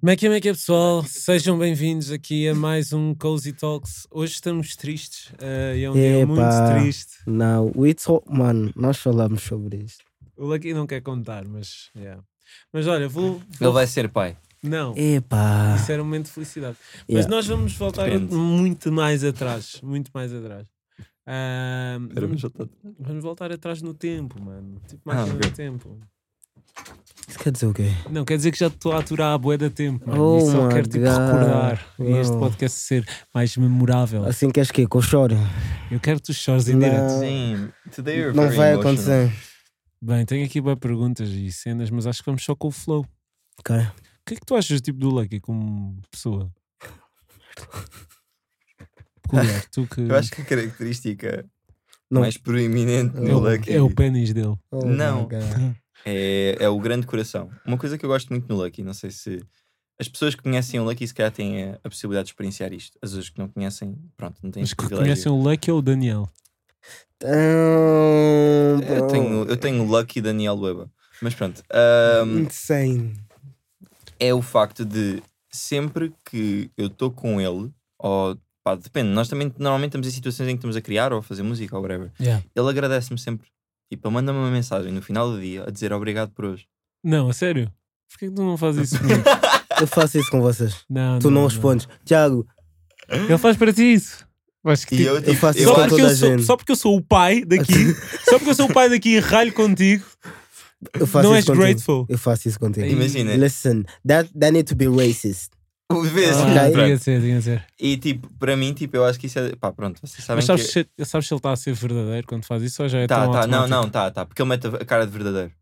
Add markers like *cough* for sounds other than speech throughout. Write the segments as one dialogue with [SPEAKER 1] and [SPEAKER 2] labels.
[SPEAKER 1] Como é que é, como é que é, pessoal? Sejam bem-vindos aqui a mais um Cozy Talks. Hoje estamos tristes eh, e é um dia muito
[SPEAKER 2] Epá.
[SPEAKER 1] triste.
[SPEAKER 2] Não, o It's Hot, mano, nós falamos sobre isto.
[SPEAKER 1] O Lucky não quer contar, mas. yeah. Mas olha, vou.
[SPEAKER 3] Ele
[SPEAKER 1] vou-
[SPEAKER 3] vai ser pai.
[SPEAKER 1] Não,
[SPEAKER 2] Epá.
[SPEAKER 1] isso era um momento de felicidade. Mas
[SPEAKER 2] Yeah.
[SPEAKER 1] nós vamos voltar
[SPEAKER 3] Depende.
[SPEAKER 1] muito mais atrás muito mais atrás. Ahm, vamos, vamos voltar atrás no tempo, mano. Tipo,
[SPEAKER 3] Ah,
[SPEAKER 1] máquina
[SPEAKER 3] ok.
[SPEAKER 1] do tempo.
[SPEAKER 2] Isso quer dizer o quê?
[SPEAKER 1] Não, quer dizer que já estou a aturar a boé da tempo, mano.
[SPEAKER 2] Oh
[SPEAKER 1] e só
[SPEAKER 2] my
[SPEAKER 1] quero tipo,
[SPEAKER 2] God.
[SPEAKER 1] recordar. E este
[SPEAKER 2] Não.
[SPEAKER 1] podcast ser mais memorável.
[SPEAKER 2] Assim queres que eu chore?
[SPEAKER 1] Eu quero que tu chores em
[SPEAKER 2] Não.
[SPEAKER 1] direto.
[SPEAKER 3] Sim, today you're
[SPEAKER 2] Não
[SPEAKER 3] very
[SPEAKER 2] vai
[SPEAKER 3] emotional.
[SPEAKER 2] acontecer.
[SPEAKER 1] Bem, tenho aqui boas perguntas e cenas, mas acho que vamos só com o flow. O
[SPEAKER 2] Ok.
[SPEAKER 1] que é que tu achas tipo, do Lucky como pessoa? Peculiar, tu que.
[SPEAKER 3] Eu acho que a característica
[SPEAKER 2] Não.
[SPEAKER 3] mais proeminente
[SPEAKER 1] é,
[SPEAKER 3] do
[SPEAKER 1] o,
[SPEAKER 3] Lucky
[SPEAKER 1] é o pênis dele.
[SPEAKER 2] Oh
[SPEAKER 3] Não.
[SPEAKER 2] my God.
[SPEAKER 3] é, é o grande coração. Uma coisa que eu gosto muito no Lucky, não sei se as pessoas que conhecem o Lucky se calhar têm a, a possibilidade de experienciar isto. As pessoas que não conhecem, pronto, não têm
[SPEAKER 1] Mas
[SPEAKER 3] esse
[SPEAKER 1] que
[SPEAKER 3] privilégio.
[SPEAKER 1] conhecem o Lucky ou o Daniel?
[SPEAKER 2] Então,
[SPEAKER 3] É, eu,
[SPEAKER 2] bro,
[SPEAKER 3] tenho, eu tenho o Lucky Daniel Weba. Mas pronto, ahm,
[SPEAKER 2] Insane.
[SPEAKER 3] é o facto de sempre que eu estou com ele, ou pá, depende, nós também normalmente estamos em situações em que estamos a criar ou a fazer música ou whatever. ele agradece-me sempre. Tipo, ele manda-me uma mensagem no final do dia a dizer obrigado por hoje.
[SPEAKER 1] Não, a sério? Porquê que tu não fazes isso
[SPEAKER 2] *laughs*
[SPEAKER 1] comigo?
[SPEAKER 2] Eu faço isso com vocês.
[SPEAKER 1] não,
[SPEAKER 2] Tu não respondes. Tiago,
[SPEAKER 1] Ele faz para ti isso. Acho que
[SPEAKER 3] E
[SPEAKER 1] tipo-
[SPEAKER 3] eu, tipo,
[SPEAKER 2] faço
[SPEAKER 3] eu
[SPEAKER 1] só,
[SPEAKER 2] com
[SPEAKER 3] acho-
[SPEAKER 1] porque
[SPEAKER 2] toda
[SPEAKER 1] eu
[SPEAKER 2] a
[SPEAKER 1] sou,
[SPEAKER 2] gente.
[SPEAKER 1] só porque eu sou o pai
[SPEAKER 2] *laughs*
[SPEAKER 1] daqui, só porque eu sou o pai daqui e ralho contigo,
[SPEAKER 2] eu faço
[SPEAKER 1] não és
[SPEAKER 2] isso contigo.
[SPEAKER 1] grateful.
[SPEAKER 2] Eu faço isso contigo.
[SPEAKER 3] Imagina,
[SPEAKER 2] Listen, that, that need to be racist.
[SPEAKER 3] vês,
[SPEAKER 1] Ah,
[SPEAKER 2] Ok.
[SPEAKER 1] tinha de
[SPEAKER 3] pronto.
[SPEAKER 1] ser, tinha de ser.
[SPEAKER 3] E tipo, para mim, tipo, eu acho que isso é. Pá, pronto, vocês sabem
[SPEAKER 1] Mas sabes,
[SPEAKER 3] que.
[SPEAKER 1] se, sabes se ele está a ser verdadeiro quando faz isso ou já é
[SPEAKER 3] Tá,
[SPEAKER 1] tão
[SPEAKER 3] tá, não,
[SPEAKER 1] automático?
[SPEAKER 3] não, tá, tá, porque ele mete a cara de verdadeiro.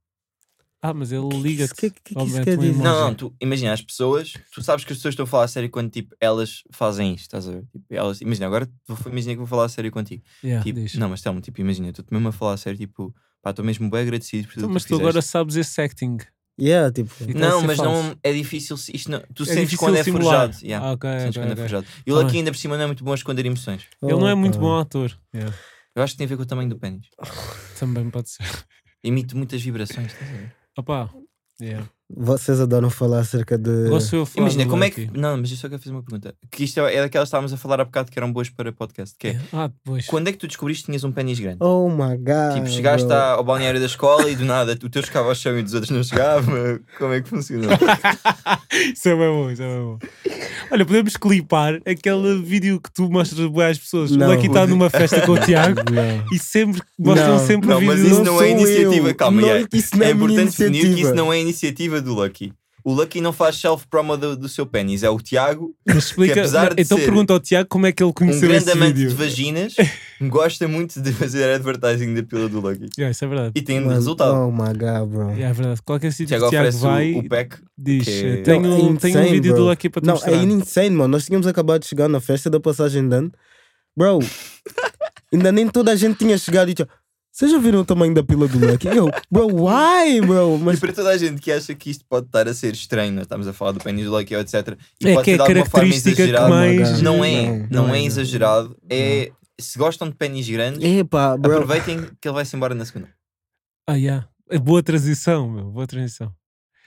[SPEAKER 1] Ah, mas ele
[SPEAKER 2] que
[SPEAKER 1] liga-te.
[SPEAKER 2] isso- que- que- que
[SPEAKER 1] ou
[SPEAKER 2] isso
[SPEAKER 1] mete
[SPEAKER 2] quer
[SPEAKER 1] um
[SPEAKER 2] dizer?
[SPEAKER 1] emoji.
[SPEAKER 3] Não, não, tu imagina, as pessoas, tu sabes que as pessoas estão a falar a sério quando tipo, elas fazem isto, estás a ver? Tipo, elas, imagina, agora vou- imagina que vou falar a sério contigo.
[SPEAKER 1] Yeah,
[SPEAKER 3] Tipo,
[SPEAKER 1] Ah, diz.
[SPEAKER 3] não, mas Telmo, tipo, imagina, tu mesmo a falar a sério, tipo, pá, estou mesmo bem agradecido por tudo
[SPEAKER 1] Então,
[SPEAKER 3] o que
[SPEAKER 1] mas
[SPEAKER 3] tu
[SPEAKER 1] tu agora
[SPEAKER 3] fizeste.
[SPEAKER 1] sabes esse acting.
[SPEAKER 2] Yeah, tipo.
[SPEAKER 1] Então,
[SPEAKER 3] Não,
[SPEAKER 1] isso é
[SPEAKER 3] mas
[SPEAKER 1] falso.
[SPEAKER 3] não é difícil. se- Isto não, tu
[SPEAKER 1] É
[SPEAKER 3] sentes
[SPEAKER 1] difícil
[SPEAKER 3] quando é
[SPEAKER 1] simular.
[SPEAKER 3] forjado. yeah.
[SPEAKER 1] Ah, ok,
[SPEAKER 3] Sentes
[SPEAKER 1] ok,
[SPEAKER 3] quando é
[SPEAKER 1] ok.
[SPEAKER 3] forjado. E ele
[SPEAKER 1] Tá
[SPEAKER 3] aqui
[SPEAKER 1] bem.
[SPEAKER 3] ainda por cima não é muito bom a esconder emoções.
[SPEAKER 1] Ele não é muito
[SPEAKER 2] Opa.
[SPEAKER 1] bom ator.
[SPEAKER 3] Eu acho que tem a ver com o tamanho do pênis.
[SPEAKER 1] Também pode ser. *laughs*
[SPEAKER 3] Emite muitas vibrações. estás a ver?
[SPEAKER 1] Opa. Yeah.
[SPEAKER 2] Vocês adoram falar acerca de.
[SPEAKER 1] Gosto eu a falar
[SPEAKER 3] Imagina,
[SPEAKER 1] do
[SPEAKER 3] como é
[SPEAKER 1] Loki.
[SPEAKER 3] que. Não, mas eu só quero fazer uma pergunta. Que isto é, é daquelas que estávamos a falar há bocado que eram boas para podcast. Que é,
[SPEAKER 1] Ah, depois.
[SPEAKER 3] quando é que tu descobriste que tinhas um pênis grande?
[SPEAKER 2] Oh my god.
[SPEAKER 3] Tipo, chegaste
[SPEAKER 2] bro.
[SPEAKER 3] à- ao balneário da escola e do nada o teu chegava ao chão e dos outros não chegava. Como é que
[SPEAKER 2] *laughs*
[SPEAKER 3] funcionou?
[SPEAKER 1] *laughs* Isso é bem bom, isso é bem bom. Olha, podemos clipar aquele vídeo que tu mostras bué às pessoas.
[SPEAKER 2] Não.
[SPEAKER 1] O Lucky
[SPEAKER 3] *laughs*
[SPEAKER 1] está numa festa com o Tiago
[SPEAKER 2] *laughs* Não.
[SPEAKER 1] e sempre mostram
[SPEAKER 2] Não.
[SPEAKER 1] sempre o
[SPEAKER 3] Não,
[SPEAKER 1] vídeo.
[SPEAKER 3] mas isso
[SPEAKER 1] dele.
[SPEAKER 3] não é
[SPEAKER 2] sou
[SPEAKER 3] iniciativa.
[SPEAKER 2] eu.
[SPEAKER 3] Calma,
[SPEAKER 2] Não,
[SPEAKER 3] yeah.
[SPEAKER 2] isso não
[SPEAKER 3] é
[SPEAKER 2] é minha
[SPEAKER 3] importante definir que isso
[SPEAKER 2] iniciativa.
[SPEAKER 3] não é iniciativa do Lucky. O Lucky não faz self-promo do, do seu pênis, é o Tiago,
[SPEAKER 1] Mas explica.
[SPEAKER 3] apesar de
[SPEAKER 1] então
[SPEAKER 3] ser
[SPEAKER 1] pergunta ao Tiago como é que ele
[SPEAKER 3] um
[SPEAKER 1] conheceu
[SPEAKER 3] grande
[SPEAKER 1] esse
[SPEAKER 3] amante de
[SPEAKER 1] vídeo.
[SPEAKER 3] vaginas, gosta muito de fazer advertising da pílula do Lucky.
[SPEAKER 1] Yeah, isso é verdade.
[SPEAKER 3] E tem um
[SPEAKER 2] Mano,
[SPEAKER 3] resultado.
[SPEAKER 2] Oh my god, bro.
[SPEAKER 1] Yeah, é verdade. Qualquer
[SPEAKER 3] O
[SPEAKER 1] sítio que
[SPEAKER 3] Tiago
[SPEAKER 1] o Tiago
[SPEAKER 3] oferece
[SPEAKER 1] vai,
[SPEAKER 3] o, o pack.
[SPEAKER 1] diz:
[SPEAKER 3] que-
[SPEAKER 1] Tenho,
[SPEAKER 2] Não, é
[SPEAKER 1] tenho um
[SPEAKER 2] insane,
[SPEAKER 1] vídeo do
[SPEAKER 2] bro.
[SPEAKER 1] Lucky para te
[SPEAKER 2] Não,
[SPEAKER 1] mostrar.
[SPEAKER 2] é insane, mano. Nós tínhamos acabado de chegar na festa da passagem de ano.
[SPEAKER 1] *laughs*
[SPEAKER 2] Bro, ainda nem toda a gente tinha chegado e tinha. Vocês já viram o tamanho da pila do Lucky? Eu, bro, why, bro?
[SPEAKER 3] E
[SPEAKER 2] Mas
[SPEAKER 3] para toda a gente que acha que isto pode estar a ser estranho, nós estamos a falar do pênis do Lucky, etc. E
[SPEAKER 1] É
[SPEAKER 3] pode
[SPEAKER 1] que é
[SPEAKER 3] ser de alguma forma
[SPEAKER 1] característica que
[SPEAKER 3] exagerado.
[SPEAKER 1] mais-
[SPEAKER 3] Não é,
[SPEAKER 2] Não,
[SPEAKER 3] não,
[SPEAKER 2] não
[SPEAKER 3] é
[SPEAKER 2] é.
[SPEAKER 3] exagerado. É, se gostam de pênis grandes,
[SPEAKER 2] Epá, bro.
[SPEAKER 3] aproveitem que ele vai-se embora na segunda.
[SPEAKER 1] Ah, yeah. É boa transição, meu. Boa transição.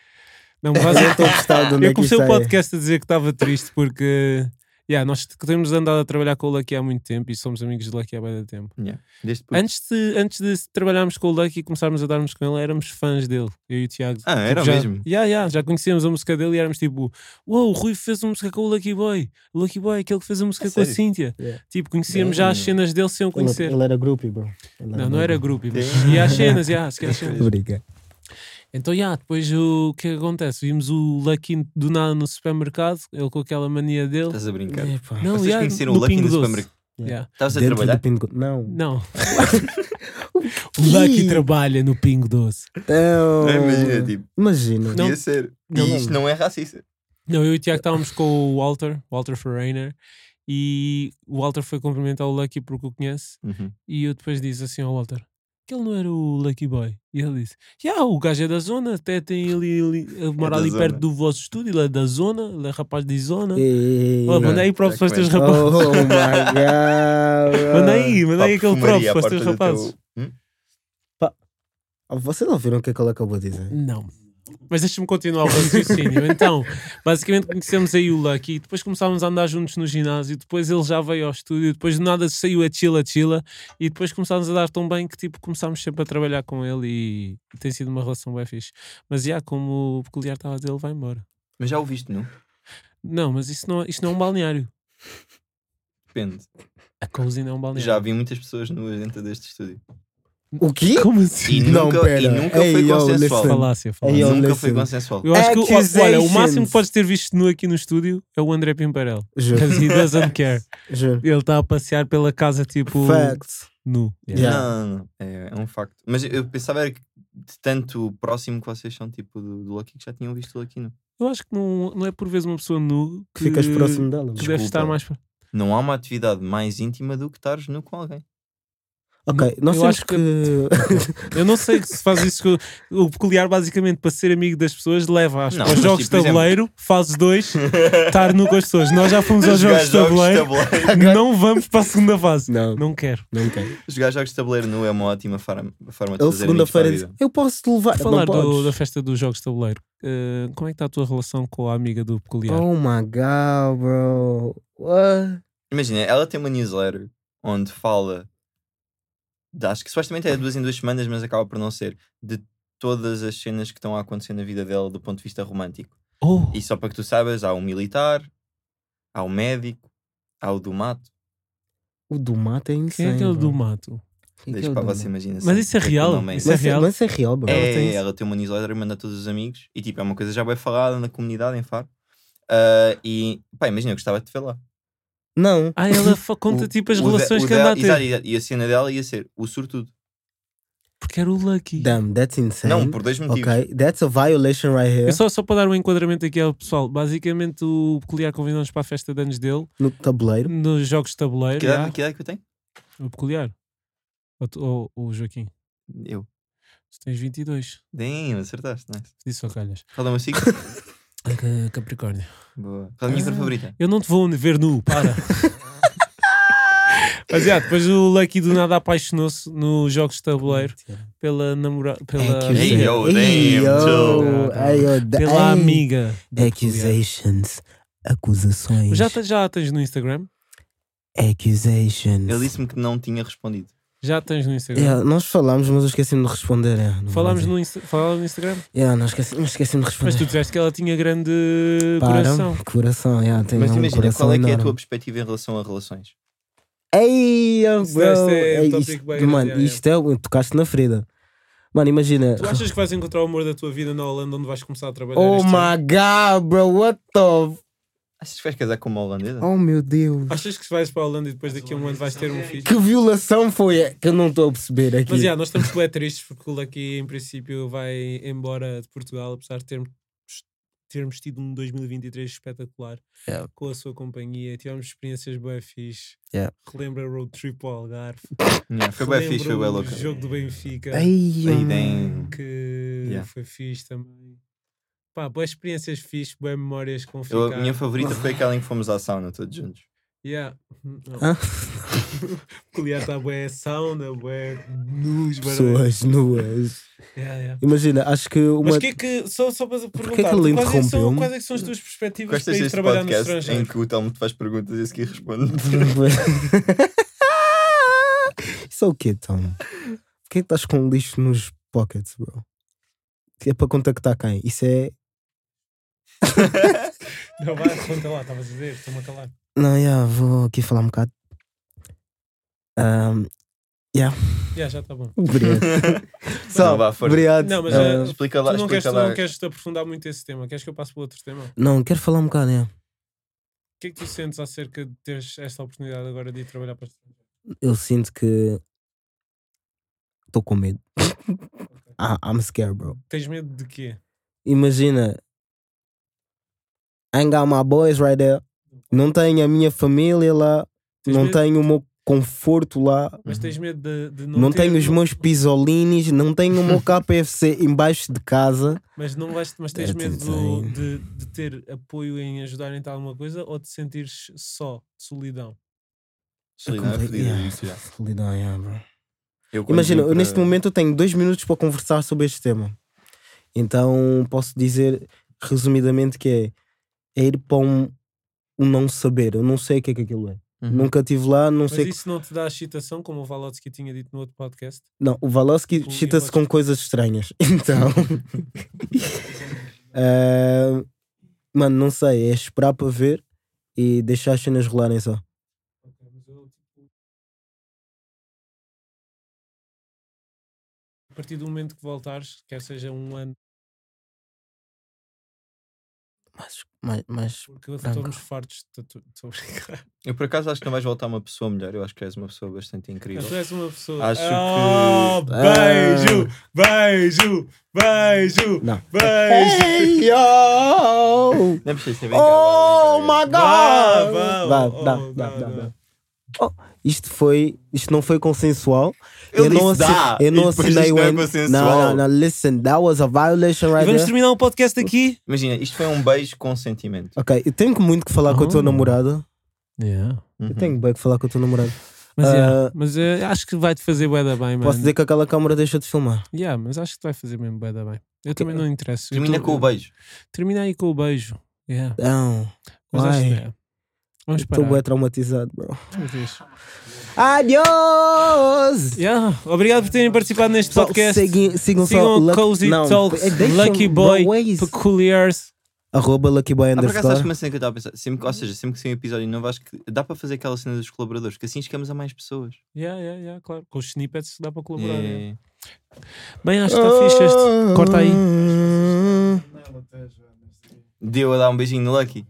[SPEAKER 1] *laughs* Não, mas
[SPEAKER 2] Eu estou gostado onde
[SPEAKER 1] eu
[SPEAKER 2] é que
[SPEAKER 1] comecei
[SPEAKER 2] isso
[SPEAKER 1] o
[SPEAKER 2] é.
[SPEAKER 1] podcast a dizer que estava triste porque yeah, nós t- temos andado a trabalhar com o Lucky há muito tempo e somos amigos de Lucky há bem tempo.
[SPEAKER 3] Yeah. Desde depois.
[SPEAKER 1] Antes de, antes de trabalharmos com o Lucky e começarmos a darmos com ele, éramos fãs dele, eu e o Tiago.
[SPEAKER 3] Ah, era
[SPEAKER 1] já,
[SPEAKER 3] mesmo.
[SPEAKER 1] Yeah, yeah, já conhecíamos a música dele e éramos tipo, uou, o Rui fez uma música com o Lucky Boy. O Lucky Boy é aquele que fez a música
[SPEAKER 3] É
[SPEAKER 1] com a
[SPEAKER 3] sério?
[SPEAKER 1] Cíntia.
[SPEAKER 2] Yeah.
[SPEAKER 1] Tipo, conhecíamos já as
[SPEAKER 3] Damn.
[SPEAKER 1] cenas dele sem o
[SPEAKER 2] Ele,
[SPEAKER 1] conhecer.
[SPEAKER 2] ele era groupie, bro. Ele
[SPEAKER 1] Não, não era grupo, mas
[SPEAKER 3] Damn.
[SPEAKER 1] e as cenas, yeah,
[SPEAKER 3] *laughs*
[SPEAKER 1] se calhar as cenas.
[SPEAKER 2] Obrigado.
[SPEAKER 1] Então, yeah, depois o que acontece? Vimos o Lucky do nada no supermercado, ele com aquela mania dele.
[SPEAKER 3] Estás a brincar.
[SPEAKER 2] Epá.
[SPEAKER 1] Não,
[SPEAKER 3] Vocês
[SPEAKER 1] yeah,
[SPEAKER 3] conheceram
[SPEAKER 1] no
[SPEAKER 3] o Lucky
[SPEAKER 1] Pingo
[SPEAKER 3] no
[SPEAKER 1] Doce.
[SPEAKER 3] supermercado?
[SPEAKER 1] Yeah.
[SPEAKER 3] Estavas a
[SPEAKER 2] Dentro do
[SPEAKER 3] trabalhar?
[SPEAKER 2] Pingo- Não.
[SPEAKER 3] *laughs*
[SPEAKER 1] Não. *laughs* o Lucky trabalha no Pingo Doce.
[SPEAKER 2] Então,
[SPEAKER 3] Imagina, tipo,
[SPEAKER 2] Imagina.
[SPEAKER 1] Não.
[SPEAKER 3] podia ser.
[SPEAKER 2] Não.
[SPEAKER 3] E isto não é racista.
[SPEAKER 1] Não, eu e o Tiago estávamos com o Walter, Walter Ferreira, e o Walter foi cumprimentar o Lucky porque o conhece,
[SPEAKER 2] Uhum.
[SPEAKER 1] e eu depois disse assim ao Walter. Que ele não era o Lucky Boy. E ele disse: yeah, o gajo é da zona, até tem ali, ali ele mora
[SPEAKER 3] É da
[SPEAKER 1] ali
[SPEAKER 3] zona."
[SPEAKER 1] perto do vosso estúdio, ele é da zona, ele é rapaz de zona.
[SPEAKER 2] Ei, ei, ei.
[SPEAKER 1] Olha, manda aí
[SPEAKER 3] Não,
[SPEAKER 1] props para os teus
[SPEAKER 3] tá
[SPEAKER 1] rapazes. *laughs*
[SPEAKER 2] Oh my god.
[SPEAKER 1] Manda aí, manda aí
[SPEAKER 3] Pá,
[SPEAKER 1] é aquele props
[SPEAKER 3] perfumaria à
[SPEAKER 1] para os
[SPEAKER 3] porta
[SPEAKER 1] teus
[SPEAKER 3] do teu-
[SPEAKER 1] rapazes.
[SPEAKER 3] Hum?
[SPEAKER 2] Ah, Vocês ouviram o que é que ele acabou de dizer?
[SPEAKER 1] Não. Mas deixa-me continuar o raciocínio. então, basicamente conhecemos aí o Lucky, depois começámos a andar juntos no ginásio, depois ele já veio ao estúdio, depois do nada saiu a Chila Chila e depois começámos a dar tão bem que tipo começámos sempre a trabalhar com ele e, e tem sido uma relação bem fixe. Mas já, como o peculiar estava a dizer, ele vai embora.
[SPEAKER 3] Mas já ouviste, não?
[SPEAKER 1] Não, mas isso não, isso não é um balneário.
[SPEAKER 3] Depende.
[SPEAKER 1] A cozinha é um balneário.
[SPEAKER 3] Já vi muitas pessoas nuas dentro deste estúdio.
[SPEAKER 2] O quê?
[SPEAKER 1] Como assim?
[SPEAKER 3] E
[SPEAKER 2] *laughs* Não,
[SPEAKER 3] nunca, e
[SPEAKER 2] pera.
[SPEAKER 3] nunca
[SPEAKER 2] Ei,
[SPEAKER 3] foi
[SPEAKER 2] yo,
[SPEAKER 3] consensual.
[SPEAKER 2] listen.
[SPEAKER 1] Falácia, falácia.
[SPEAKER 2] Ei, yo,
[SPEAKER 3] nunca foi
[SPEAKER 2] listen.
[SPEAKER 3] consensual.
[SPEAKER 1] Eu acho que o- olha, o máximo
[SPEAKER 2] Accusations.
[SPEAKER 1] que podes ter visto nu aqui no estúdio é o André Pimparel.
[SPEAKER 2] Juro,
[SPEAKER 1] Because he doesn't care.
[SPEAKER 2] juro.
[SPEAKER 1] Ele está a passear pela casa tipo
[SPEAKER 2] Facts.
[SPEAKER 1] nu.
[SPEAKER 2] Yeah.
[SPEAKER 3] Não, não, não. É, é um facto. Mas eu- eu pensava era que de tanto próximo que vocês são tipo do, do Lucky que já tinham visto o Lucky, não?
[SPEAKER 1] Eu acho que não, não é por vezes uma pessoa nu que,
[SPEAKER 2] Que ficas próximo dela.
[SPEAKER 1] que
[SPEAKER 2] mano.
[SPEAKER 1] deve
[SPEAKER 3] Desculpa.
[SPEAKER 1] estar mais. pro-
[SPEAKER 3] Não há uma atividade mais íntima do que estares nu com alguém.
[SPEAKER 2] Ok, nós
[SPEAKER 1] Eu
[SPEAKER 2] temos
[SPEAKER 1] acho
[SPEAKER 2] que.
[SPEAKER 1] que- Eu não sei se faz isso. com- O peculiar, basicamente, para ser amigo das pessoas, leva às
[SPEAKER 3] Não,
[SPEAKER 1] aos
[SPEAKER 3] mas,
[SPEAKER 1] jogos de
[SPEAKER 3] tipo, por exemplo-
[SPEAKER 1] tabuleiro, fazes dois, estar nu com as pessoas. Nós já fomos aos jogos de tabuleiro, não vamos para a segunda fase.
[SPEAKER 2] Não,
[SPEAKER 1] Não quero.
[SPEAKER 2] não quero.
[SPEAKER 3] *laughs* Jogar jogos de tabuleiro nu é uma ótima forma, forma de
[SPEAKER 2] Ele
[SPEAKER 3] fazer amigos para a
[SPEAKER 2] segunda-feira diz:
[SPEAKER 3] vida.
[SPEAKER 2] Eu posso te levar.
[SPEAKER 1] Falar
[SPEAKER 2] Não
[SPEAKER 1] do-
[SPEAKER 2] podes.
[SPEAKER 1] da festa dos jogos de tabuleiro. eh, como é que está a tua relação com a amiga do peculiar?
[SPEAKER 2] Oh my god, bro. What?
[SPEAKER 3] Imagina, ela tem uma newsletter onde fala. de- Acho que supostamente é duas em duas semanas, mas acaba por não ser. De todas as cenas que estão a acontecer na vida dela do ponto de vista romântico.
[SPEAKER 1] Oh,
[SPEAKER 3] E só para que tu saibas, há um militar, há um médico, há o do mato.
[SPEAKER 2] O do mato é insano.
[SPEAKER 1] quem é aquele
[SPEAKER 2] bro.
[SPEAKER 1] do mato?
[SPEAKER 2] Quem é
[SPEAKER 3] Deixa
[SPEAKER 2] aquele
[SPEAKER 3] para
[SPEAKER 2] do
[SPEAKER 3] você
[SPEAKER 2] mato?
[SPEAKER 3] imaginar. assim,
[SPEAKER 1] Mas isso é real? Isso
[SPEAKER 2] Mas
[SPEAKER 1] é
[SPEAKER 2] isso
[SPEAKER 1] real?
[SPEAKER 2] Mas isso é real, bro.
[SPEAKER 3] É,
[SPEAKER 1] Ela tem
[SPEAKER 3] ela,
[SPEAKER 1] isso?
[SPEAKER 3] tem uma newsletter e manda a todos os amigos. E tipo, é uma coisa já bem falada na comunidade, em Faro. Ah, e pá, imagina, eu gostava de te ver lá.
[SPEAKER 2] Não.
[SPEAKER 1] Ah, ela fa- conta
[SPEAKER 3] O-
[SPEAKER 1] tipo as
[SPEAKER 3] o
[SPEAKER 1] relações
[SPEAKER 3] de- o
[SPEAKER 1] que anda a
[SPEAKER 3] dela- exato,
[SPEAKER 1] ter.
[SPEAKER 3] exato. E a cena dela ia ser o sortudo.
[SPEAKER 1] Porque era o Lucky.
[SPEAKER 2] Damn, that's insane.
[SPEAKER 3] Não, por dois motivos.
[SPEAKER 2] Ok, that's a violation right here.
[SPEAKER 1] Eu só, só para dar um enquadramento aqui ao pessoal, basicamente o peculiar convidou-nos para a festa de anos dele,
[SPEAKER 2] No tabuleiro.
[SPEAKER 1] nos jogos de tabuleiro.
[SPEAKER 3] Que
[SPEAKER 1] já.
[SPEAKER 3] idade, que idade que eu tenho?
[SPEAKER 1] O peculiar. Ou tu- Ou ou o Joaquim.
[SPEAKER 3] Eu.
[SPEAKER 1] Tu tens 22.
[SPEAKER 3] Damn, acertaste, nice.
[SPEAKER 1] Disse só calhas.
[SPEAKER 3] Qual é o meu *laughs* signo?
[SPEAKER 1] Capricórnio.
[SPEAKER 3] Boa. Qual é a minha cor
[SPEAKER 1] Ah.
[SPEAKER 3] favorita?
[SPEAKER 1] Eu não te vou ver nu, para. Mas já, depois o Lucky do nada apaixonou-se nos jogos de tabuleiro pela namorada. Pela,
[SPEAKER 2] É Accusa-
[SPEAKER 3] Ei, yo, damn,
[SPEAKER 2] Ei, yo,
[SPEAKER 3] Joe.
[SPEAKER 2] ei, yo, da-
[SPEAKER 1] pela
[SPEAKER 2] ei. é
[SPEAKER 1] amiga. do peculiar.
[SPEAKER 2] Accusations. Acusações.
[SPEAKER 1] Já, te- já a tens no Instagram?
[SPEAKER 2] Accusations.
[SPEAKER 3] Ele disse-me que não tinha respondido.
[SPEAKER 1] Já a tens no Instagram?
[SPEAKER 2] Yeah, É, nós falámos, mas eu esqueci-me de responder. Yeah, não
[SPEAKER 1] Falámos
[SPEAKER 2] vou
[SPEAKER 1] no, Insta- falámos no Instagram?
[SPEAKER 2] dizer. Yeah, nós esqueci- mas esqueci-me de
[SPEAKER 1] Mas
[SPEAKER 2] responder.
[SPEAKER 1] tu disseste que ela tinha grande
[SPEAKER 2] Para.
[SPEAKER 1] coração.
[SPEAKER 2] Coração, yeah, tenho
[SPEAKER 3] Mas
[SPEAKER 2] um
[SPEAKER 3] imagina,
[SPEAKER 2] coração
[SPEAKER 3] qual é que é a
[SPEAKER 2] enorme.
[SPEAKER 3] tua perspectiva em relação a relações?
[SPEAKER 2] Ei, oh,
[SPEAKER 1] Isto-
[SPEAKER 2] bro.
[SPEAKER 1] isto é um
[SPEAKER 2] Ei,
[SPEAKER 1] tópico
[SPEAKER 2] isto,
[SPEAKER 1] bem
[SPEAKER 2] mano,
[SPEAKER 1] grande,
[SPEAKER 2] isto é. Tocaste na ferida. Mano, imagina.
[SPEAKER 1] Tu achas que vais encontrar o amor da tua vida na Holanda onde vais começar a trabalhar?
[SPEAKER 2] Oh
[SPEAKER 1] este ano?
[SPEAKER 2] my god, bro, what the.
[SPEAKER 3] Achas que vais casar com uma holandesa?
[SPEAKER 2] Oh meu Deus.
[SPEAKER 1] Achas que se vais para a Holanda e depois daqui a um ano vais ter um filho?
[SPEAKER 2] Que violação foi é- que eu não estou a perceber aqui.
[SPEAKER 1] Mas já, nós estamos bem tristes porque o Lucky em princípio vai embora de Portugal, apesar de termos, termos tido um 2023 espetacular
[SPEAKER 2] Yeah.
[SPEAKER 1] com a sua companhia. Tivemos experiências bem fixe.
[SPEAKER 2] Yeah.
[SPEAKER 1] Relembra o road trip ao Algarve.
[SPEAKER 3] Yeah, foi bem
[SPEAKER 1] Relembra
[SPEAKER 3] fixe, foi bem
[SPEAKER 1] o
[SPEAKER 3] louca.
[SPEAKER 1] jogo do Benfica.
[SPEAKER 2] Ai,
[SPEAKER 3] Aí
[SPEAKER 2] oh,
[SPEAKER 3] tem-
[SPEAKER 1] que
[SPEAKER 3] Uhum. Yeah.
[SPEAKER 1] foi fixe também. Pá, boas experiências fixe, boas memórias com
[SPEAKER 3] Eu-
[SPEAKER 1] ficar.
[SPEAKER 3] a minha favorita foi aquela em que fomos à sauna todos juntos. *laughs*
[SPEAKER 1] Yeah. Não.
[SPEAKER 2] Hã?
[SPEAKER 1] O Liar está bué sauna, bué nus, barulho.
[SPEAKER 2] Pessoas nuas.
[SPEAKER 1] Yeah, yeah.
[SPEAKER 2] Imagina, acho que uma.
[SPEAKER 1] Mas o que é que, só, só para perguntar,
[SPEAKER 2] que ele
[SPEAKER 1] quais, é que são,
[SPEAKER 2] interrompeu-me?
[SPEAKER 1] quais é que são as tuas perspectivas para
[SPEAKER 3] Gostas
[SPEAKER 1] ir
[SPEAKER 3] deste
[SPEAKER 1] trabalhar no
[SPEAKER 3] podcast em
[SPEAKER 1] estrangeiro?
[SPEAKER 3] que o Telmo te faz perguntas e a seguir responde?
[SPEAKER 2] *laughs* Isso é o quê, Tom? Por que é que estás com lixo nos pockets, bro? É para contactar quem? Isso é.
[SPEAKER 1] Não, vai, conta lá, estavas a dizer, estou-me a calar.
[SPEAKER 2] Não, yeah, vou aqui falar um bocado. Ahm,
[SPEAKER 1] Yeah, já está bom.
[SPEAKER 3] *laughs*
[SPEAKER 2] obrigado.
[SPEAKER 3] Não, vá, força.
[SPEAKER 2] obrigado.
[SPEAKER 1] Não, mas,
[SPEAKER 2] Ah,
[SPEAKER 1] eh,
[SPEAKER 3] Explica lá,
[SPEAKER 1] tu não queres,
[SPEAKER 3] explica
[SPEAKER 1] tu não
[SPEAKER 3] lá.
[SPEAKER 1] queres te aprofundar muito esse tema, queres que eu passe para outro tema? O
[SPEAKER 2] não, quero falar um bocado, é.
[SPEAKER 1] que é que tu sentes acerca de teres esta oportunidade agora de ir trabalhar para o estrangeiro?
[SPEAKER 2] Eu sinto que. Estou com medo. *laughs* Ah, I'm scared, bro.
[SPEAKER 1] Tens medo de quê?
[SPEAKER 2] imagina, I ain't got my boys right there. Não tenho a minha família lá,
[SPEAKER 1] Tens
[SPEAKER 2] não
[SPEAKER 1] medo?
[SPEAKER 2] tenho o meu conforto lá,
[SPEAKER 1] Mas tens medo de, de não
[SPEAKER 2] Uhum. não,
[SPEAKER 1] ter-
[SPEAKER 2] tenho os meus pisolines, não tenho
[SPEAKER 1] *laughs*
[SPEAKER 2] o meu KPFC embaixo de casa.
[SPEAKER 1] Mas não vais, mas tens
[SPEAKER 2] É,
[SPEAKER 1] medo do-
[SPEAKER 2] tentei.
[SPEAKER 1] de, de ter apoio em ajudarem-te a alguma coisa ou de sentires só, de solidão?
[SPEAKER 3] Solidão é
[SPEAKER 2] Compli-
[SPEAKER 3] fodida,
[SPEAKER 2] yeah,
[SPEAKER 3] isso já.
[SPEAKER 2] solidão, yeah, bro.
[SPEAKER 3] Eu eh, quando
[SPEAKER 2] Imagina,
[SPEAKER 3] vim
[SPEAKER 2] eu neste
[SPEAKER 3] para-
[SPEAKER 2] momento eu tenho dois minutos para conversar sobre este tema. Então posso dizer resumidamente que é, é ir para um, um não saber. Eu não sei o que é que aquilo é.
[SPEAKER 3] Uhum.
[SPEAKER 2] Nunca estive lá, não
[SPEAKER 1] Mas
[SPEAKER 2] sei.
[SPEAKER 1] isso não te dá excitação, como o Valotsky tinha dito no outro podcast?
[SPEAKER 2] Não, o Valosky
[SPEAKER 1] O-
[SPEAKER 2] chita-se
[SPEAKER 1] eu
[SPEAKER 2] com
[SPEAKER 1] acho-
[SPEAKER 2] coisas estranhas. *laughs* Então. Ah, mano, não sei. É esperar para ver e deixar as cenas rolarem só.
[SPEAKER 1] A partir do momento que voltares, quer seja um ano,
[SPEAKER 2] Mas, mas, mas
[SPEAKER 1] porque
[SPEAKER 2] Branco.
[SPEAKER 1] estamos fartos de tatu- *laughs* Estou a brincar.
[SPEAKER 3] Eu por acaso acho que não vais voltar uma pessoa melhor. Eu acho que és uma pessoa bastante incrível.
[SPEAKER 1] Tu és uma pessoa.
[SPEAKER 3] Acho que-
[SPEAKER 1] Oh, Beijo, beijo, beijo,
[SPEAKER 2] Ah. Não.
[SPEAKER 1] beijo.
[SPEAKER 2] yo!
[SPEAKER 3] Não é preciso ser bem né,
[SPEAKER 2] Oh my god!
[SPEAKER 1] Vá, vá,
[SPEAKER 2] Vá,
[SPEAKER 1] oh,
[SPEAKER 2] dá,
[SPEAKER 1] oh, dá,
[SPEAKER 2] dá, dá,
[SPEAKER 1] dá.
[SPEAKER 2] dá. Oh, isto foi, isto não foi consensual.
[SPEAKER 3] Eu
[SPEAKER 2] não,
[SPEAKER 3] disse
[SPEAKER 2] assi-
[SPEAKER 3] dá,
[SPEAKER 2] eu não
[SPEAKER 3] e depois
[SPEAKER 2] assinei
[SPEAKER 3] isto
[SPEAKER 2] o
[SPEAKER 3] não é
[SPEAKER 2] N-
[SPEAKER 3] consensual.
[SPEAKER 2] Não, não, não, listen, that was a violation right
[SPEAKER 1] Vamos
[SPEAKER 2] there.
[SPEAKER 1] terminar o podcast aqui?
[SPEAKER 3] Imagina, isto foi um beijo com sentimento.
[SPEAKER 2] Ok, eu tenho muito que falar com a tua
[SPEAKER 1] Oh.
[SPEAKER 2] namorada.
[SPEAKER 3] Uhum.
[SPEAKER 2] Eu tenho bem que falar com a tua namorada.
[SPEAKER 1] Mas,
[SPEAKER 2] Ah.
[SPEAKER 1] yeah, mas eh, acho que vai-te fazer bué da bem, mano.
[SPEAKER 2] Posso dizer que aquela câmara deixa de filmar.
[SPEAKER 1] Yeah, mas acho que te vai fazer mesmo bué da bem. Eu também não interesso. Eu
[SPEAKER 3] Termina
[SPEAKER 1] tô-
[SPEAKER 3] com o beijo.
[SPEAKER 1] Termina aí com o beijo. Yeah.
[SPEAKER 2] Não.
[SPEAKER 1] Mas acho que
[SPEAKER 2] Ai,
[SPEAKER 1] é. Vamos
[SPEAKER 2] estou
[SPEAKER 1] parar.
[SPEAKER 2] bem traumatizado, bro.
[SPEAKER 1] Talvez.
[SPEAKER 2] Adiós!
[SPEAKER 1] Yeah, Obrigado por terem participado neste
[SPEAKER 2] Só
[SPEAKER 1] podcast.
[SPEAKER 2] Sigam, sigam, só
[SPEAKER 1] Sigam
[SPEAKER 2] o Lucky-
[SPEAKER 1] Cozy
[SPEAKER 2] não,
[SPEAKER 1] Talks,
[SPEAKER 2] é, deixa-
[SPEAKER 1] Lucky
[SPEAKER 2] bro,
[SPEAKER 1] Boy,
[SPEAKER 2] é isso.
[SPEAKER 1] Peculiars.
[SPEAKER 2] Arroba Lucky Boy
[SPEAKER 3] Ah, por acaso, acho que
[SPEAKER 2] underscore.
[SPEAKER 3] uma cena que eu estava a pensar. Sempre, que- ou seja, sempre que sair um episódio novo, acho que dá para fazer aquela cena dos colaboradores, que assim chegamos a mais pessoas.
[SPEAKER 1] Yeah, yeah, yeah, claro. Com os snippets dá para
[SPEAKER 3] É.
[SPEAKER 1] colaborar. yeah. Bem, acho que está fixe
[SPEAKER 2] Oh.
[SPEAKER 1] este. Corta aí.
[SPEAKER 2] Ah.
[SPEAKER 3] Deu a dar um beijinho no Lucky.